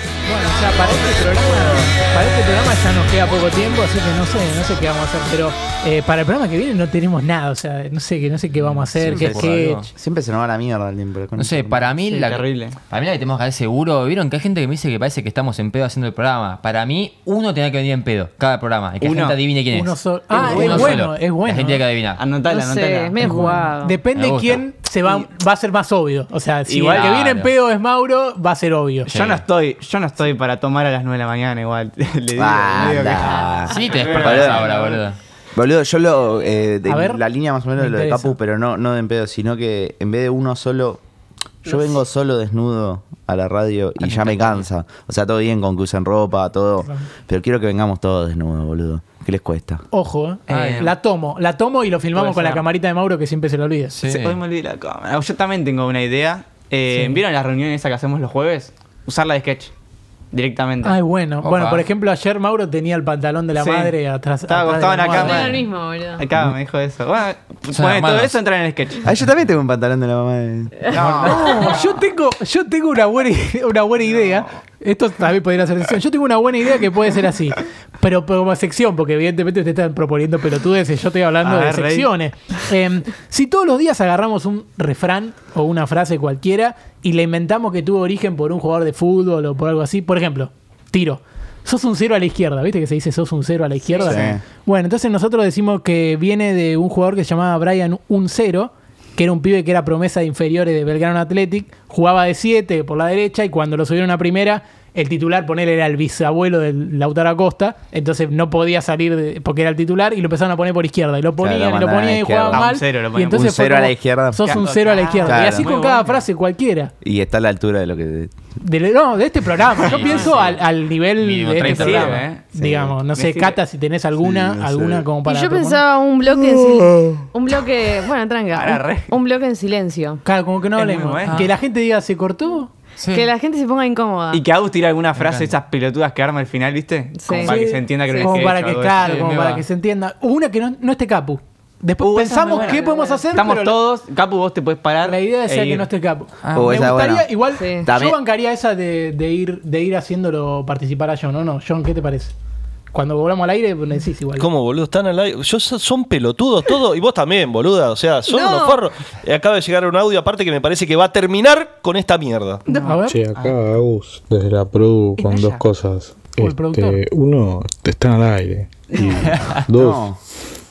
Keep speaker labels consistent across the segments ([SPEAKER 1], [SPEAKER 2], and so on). [SPEAKER 1] Bueno, ya para este programa, para este programa ya nos queda poco tiempo, así que no sé, no sé qué vamos a hacer, pero eh, para el programa que viene no tenemos nada, o sea, no sé, que- no sé qué vamos a hacer, qué
[SPEAKER 2] Siempre por algo.
[SPEAKER 1] sketch.
[SPEAKER 3] Siempre se nos va la mierda el tiempo.
[SPEAKER 2] No sé, para mí,
[SPEAKER 4] Sí,
[SPEAKER 2] la,
[SPEAKER 4] terrible.
[SPEAKER 2] para mí la que tenemos que hacer seguro, vieron que hay gente que me dice que parece que estamos en pedo haciendo el programa. Para mí, uno tenía que venir en pedo, cada programa. Y que
[SPEAKER 4] Uno.
[SPEAKER 2] la gente adivine quién
[SPEAKER 1] Uno
[SPEAKER 2] es.
[SPEAKER 1] solo. Ah, es bueno,
[SPEAKER 2] Uno solo.
[SPEAKER 1] es bueno. Ah,
[SPEAKER 2] La gente tiene que adivinar.
[SPEAKER 4] Anotala,
[SPEAKER 5] No sé,
[SPEAKER 4] anotala.
[SPEAKER 5] me he jugado.
[SPEAKER 1] Depende
[SPEAKER 2] Me gusta.
[SPEAKER 1] quién se va, va a ser más obvio. O sea, si
[SPEAKER 4] Igual-
[SPEAKER 1] el que viene en
[SPEAKER 2] Claro.
[SPEAKER 1] pedo es Mauro, va a ser obvio.
[SPEAKER 2] Sí.
[SPEAKER 4] Yo no estoy, yo no estoy para tomar a las 9 de la mañana igual. Le digo, le digo que-
[SPEAKER 3] Banda.
[SPEAKER 2] Sí, te despertás
[SPEAKER 3] Boludo.
[SPEAKER 2] ahora, boludo.
[SPEAKER 3] Boludo, yo lo. eh, de
[SPEAKER 1] A ver,
[SPEAKER 3] la línea más o menos
[SPEAKER 1] me
[SPEAKER 3] de lo de
[SPEAKER 1] interesa.
[SPEAKER 3] Capu, pero no, no de en pedo, sino que en vez de uno solo. Yo vengo solo desnudo a la radio y ya me cansa. O sea, todo bien con que usen ropa, todo. Pero quiero que vengamos todos desnudos, boludo. ¿Qué les cuesta?
[SPEAKER 1] Ojo, eh.
[SPEAKER 4] Eh,
[SPEAKER 1] la tomo, la tomo y lo filmamos
[SPEAKER 4] puede
[SPEAKER 1] con la
[SPEAKER 4] ser.
[SPEAKER 1] camarita de Mauro que siempre se lo olvida.
[SPEAKER 2] Sí.
[SPEAKER 4] Se- Hoy me olvidé la cámara. Yo también tengo una idea. Eh,
[SPEAKER 1] Sí.
[SPEAKER 4] ¿Vieron las reuniones esas que hacemos los jueves? Usarla de sketch. Directamente.
[SPEAKER 1] Ay, bueno.
[SPEAKER 2] Opa.
[SPEAKER 1] Bueno, por ejemplo, ayer Mauro tenía el pantalón de la
[SPEAKER 4] Sí.
[SPEAKER 1] madre atrás.
[SPEAKER 4] Estaba
[SPEAKER 1] atrás de
[SPEAKER 4] acostado en la
[SPEAKER 1] almohada.
[SPEAKER 4] cama.
[SPEAKER 5] Tengo lo mismo, boludo.
[SPEAKER 4] Acá me dijo eso. Bueno,
[SPEAKER 2] Son
[SPEAKER 4] pone todo
[SPEAKER 2] hermanos.
[SPEAKER 4] eso entra en el sketch.
[SPEAKER 3] Ah, yo también tengo un pantalón de la mamá de.
[SPEAKER 4] No.
[SPEAKER 1] No, yo tengo, yo tengo una buena, ide- una buena idea. Esto también podría ser sección. Yo tengo una buena idea que puede ser así. Pero como sección, porque evidentemente ustedes están proponiendo pelotudeces. Yo estoy hablando
[SPEAKER 4] A
[SPEAKER 1] de
[SPEAKER 4] ver, Rey.
[SPEAKER 1] secciones. Eh, si todos los días agarramos un refrán o una frase cualquiera y le inventamos que tuvo origen por un jugador de fútbol o por algo así. Por ejemplo, tiro. Sos un cero a la izquierda, ¿viste que se dice sos un cero a la izquierda?
[SPEAKER 3] Sí.
[SPEAKER 1] Bueno, entonces nosotros decimos que viene de un jugador que se llamaba Brian Uncero, que era un pibe que era promesa de inferiores de Belgrano Athletic, jugaba de 7 por la derecha y cuando lo subieron a primera, el titular, ponele, era el bisabuelo del Lautaro Acosta, entonces no podía salir de- porque era el titular y lo empezaron a poner por izquierda y lo ponían
[SPEAKER 3] Claro, lo
[SPEAKER 1] y lo
[SPEAKER 3] mandaban a
[SPEAKER 1] ponían y
[SPEAKER 3] la izquierda.
[SPEAKER 1] jugaban
[SPEAKER 4] A un
[SPEAKER 1] mal.
[SPEAKER 4] cero lo
[SPEAKER 1] y
[SPEAKER 4] ponían.
[SPEAKER 1] entonces
[SPEAKER 3] Un
[SPEAKER 1] fue
[SPEAKER 3] cero a la
[SPEAKER 1] como,
[SPEAKER 3] izquierda.
[SPEAKER 1] Sos un cero a la izquierda.
[SPEAKER 3] Claro.
[SPEAKER 1] Y así
[SPEAKER 4] Muy
[SPEAKER 1] con cada
[SPEAKER 4] bueno.
[SPEAKER 1] frase cualquiera.
[SPEAKER 3] Y está a la altura de lo que.
[SPEAKER 1] Del- no, de este programa. Yo pienso al, al nivel
[SPEAKER 2] Mínimo
[SPEAKER 1] de este
[SPEAKER 2] 30
[SPEAKER 1] programa.
[SPEAKER 4] sirve, ¿eh?
[SPEAKER 3] Sí.
[SPEAKER 1] Digamos, no
[SPEAKER 4] Me
[SPEAKER 1] sé,
[SPEAKER 4] sirve.
[SPEAKER 1] Cata, si tenés alguna,
[SPEAKER 3] Sí, no sé.
[SPEAKER 1] alguna como para.
[SPEAKER 5] y yo
[SPEAKER 1] proponer.
[SPEAKER 5] pensaba un bloque en silencio. Un bloque. Bueno, tranca.
[SPEAKER 4] Ahora
[SPEAKER 5] un-
[SPEAKER 4] re.
[SPEAKER 5] Un, bloque en silencio.
[SPEAKER 1] Claro, como que no
[SPEAKER 4] Es muy
[SPEAKER 1] hablemos.
[SPEAKER 4] bueno.
[SPEAKER 1] Que la gente diga, ¿se cortó?
[SPEAKER 2] Sí.
[SPEAKER 5] Que la gente se ponga incómoda.
[SPEAKER 4] Y que Agus tire alguna frase, esas pelotudas que arma al final, ¿viste?
[SPEAKER 5] Sí.
[SPEAKER 4] Como para que
[SPEAKER 1] Sí,
[SPEAKER 4] se entienda que
[SPEAKER 5] sí.
[SPEAKER 4] no es
[SPEAKER 1] Como
[SPEAKER 4] sketch
[SPEAKER 1] para
[SPEAKER 4] o
[SPEAKER 1] que,
[SPEAKER 4] algo
[SPEAKER 1] claro,
[SPEAKER 4] así.
[SPEAKER 2] Sí,
[SPEAKER 1] como
[SPEAKER 2] me
[SPEAKER 1] para
[SPEAKER 2] va.
[SPEAKER 1] que se entienda. Una que no, no esté capu. Después
[SPEAKER 4] Uh, esa es muy
[SPEAKER 1] pensamos
[SPEAKER 4] buena,
[SPEAKER 1] qué
[SPEAKER 4] muy
[SPEAKER 1] podemos hacer.
[SPEAKER 4] Estamos
[SPEAKER 1] pero
[SPEAKER 4] todos. Capu, vos te puedes parar.
[SPEAKER 1] La idea
[SPEAKER 4] e
[SPEAKER 1] es que
[SPEAKER 4] ir.
[SPEAKER 1] no esté capu.
[SPEAKER 2] Ah,
[SPEAKER 1] Me
[SPEAKER 3] Oh, esa es
[SPEAKER 1] gustaría,
[SPEAKER 3] buena.
[SPEAKER 1] igual,
[SPEAKER 5] Sí.
[SPEAKER 1] yo
[SPEAKER 3] También-
[SPEAKER 1] bancaría esa de, de ir, de ir haciéndolo participar a John, ¿o no? John, ¿qué te parece? Cuando volvamos al aire, pues, le decís igual.
[SPEAKER 6] ¿Cómo, boludo? Están al aire. Yo, so- son pelotudos todos. Y vos también, boluda. O sea, son
[SPEAKER 5] No.
[SPEAKER 6] unos forros. Eh, Acaba de llegar un audio aparte que me parece que va a terminar con esta mierda.
[SPEAKER 1] A ver.
[SPEAKER 7] Che,
[SPEAKER 1] Ah.
[SPEAKER 7] acá Agus, desde la Produ,
[SPEAKER 4] Es
[SPEAKER 7] con
[SPEAKER 4] Naya.
[SPEAKER 7] dos cosas.
[SPEAKER 1] O el productor.
[SPEAKER 7] Este, uno, te están al aire. Y dos,
[SPEAKER 3] No.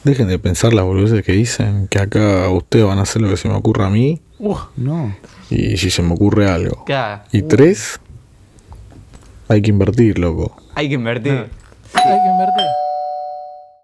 [SPEAKER 7] dejen de pensar las boludeces que dicen, que acá ustedes van a hacer lo que se me ocurra a mí
[SPEAKER 1] Uh,
[SPEAKER 3] No.
[SPEAKER 7] y si se me ocurre algo.
[SPEAKER 4] Claro,
[SPEAKER 7] Y tres, hay que invertir, loco.
[SPEAKER 4] hay que invertir.
[SPEAKER 1] hay que invertir.